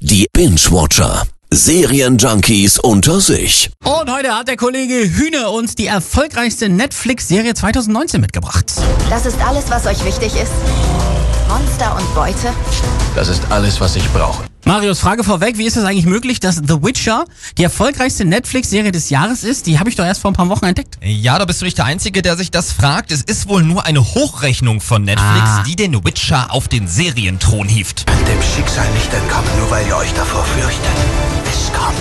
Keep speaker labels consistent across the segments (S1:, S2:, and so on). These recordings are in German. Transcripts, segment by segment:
S1: Die Binge-Watcher. Serienjunkies unter sich.
S2: Und heute hat der Kollege Hühne uns die erfolgreichste Netflix-Serie 2019 mitgebracht.
S3: Das ist alles, was euch wichtig ist. Monster und Beute.
S4: Das ist alles, was ich brauche.
S2: Marius, Frage vorweg, wie ist es eigentlich möglich, dass The Witcher die erfolgreichste Netflix-Serie des Jahres ist? Die habe ich doch erst vor ein paar Wochen entdeckt.
S5: Ja, da bist du nicht der Einzige, der sich das fragt. Es ist wohl nur eine Hochrechnung von Netflix,
S2: Ah.
S5: die den Witcher auf den Serienthron hieft.
S4: Könnt dem Schicksal nicht entkommen, nur weil ihr euch davor fürchtet. Es kommt.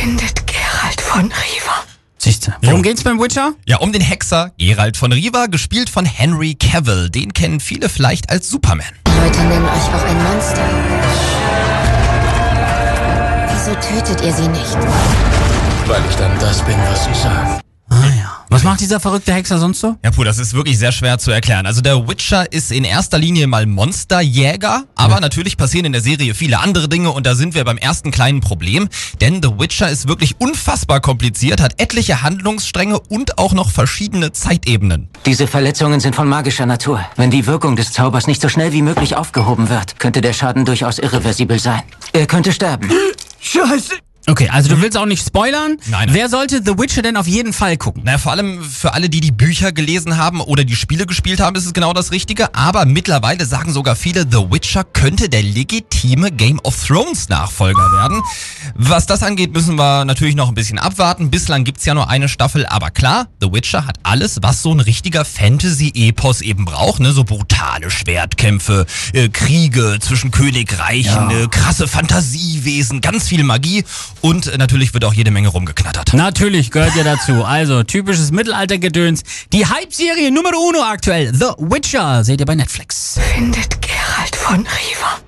S6: findet Gerald von Riva.
S2: Siehste. Worum geht's beim Witcher?
S5: Ja, um den Hexer Geralt von Riva, gespielt von Henry Cavill. Den kennen viele vielleicht als Superman.
S3: Leute nennen euch auch ein Monster. Wieso tötet ihr sie nicht?
S4: Weil ich dann das bin, was ich sage.
S2: Ah ja. Was macht dieser verrückte Hexer sonst so?
S5: Ja, puh, das ist wirklich sehr schwer zu erklären. Also der Witcher ist in erster Linie mal Monsterjäger, aber natürlich passieren in der Serie viele andere Dinge und da sind wir beim ersten kleinen Problem, denn The Witcher ist wirklich unfassbar kompliziert, hat etliche Handlungsstränge und auch noch verschiedene Zeitebenen.
S7: Diese Verletzungen sind von magischer Natur. Wenn die Wirkung des Zaubers nicht so schnell wie möglich aufgehoben wird, könnte der Schaden durchaus irreversibel sein. Er könnte sterben.
S2: Okay, also du willst auch nicht spoilern.
S5: Nein, nein.
S2: Wer sollte The Witcher denn auf jeden Fall gucken?
S5: Na, vor allem für alle, die die Bücher gelesen haben oder die Spiele gespielt haben, ist es genau das Richtige. Aber mittlerweile sagen sogar viele, The Witcher könnte der legitime Game of Thrones Nachfolger werden. Was das angeht, müssen wir natürlich noch ein bisschen abwarten. Bislang gibt's ja nur eine Staffel, aber klar, The Witcher hat alles, was so ein richtiger Fantasy-Epos eben braucht. Ne? So brutale Schwertkämpfe, äh, Kriege zwischen Königreichen, äh, krasse Fantasiewesen, ganz viel Magie und äh, natürlich wird auch jede Menge rumgeknattert.
S2: Natürlich gehört ihr dazu. Also, typisches Mittelaltergedöns. Die Hype-Serie Nummer Uno aktuell. The Witcher seht ihr bei Netflix.
S6: Findet Gerald von Riva.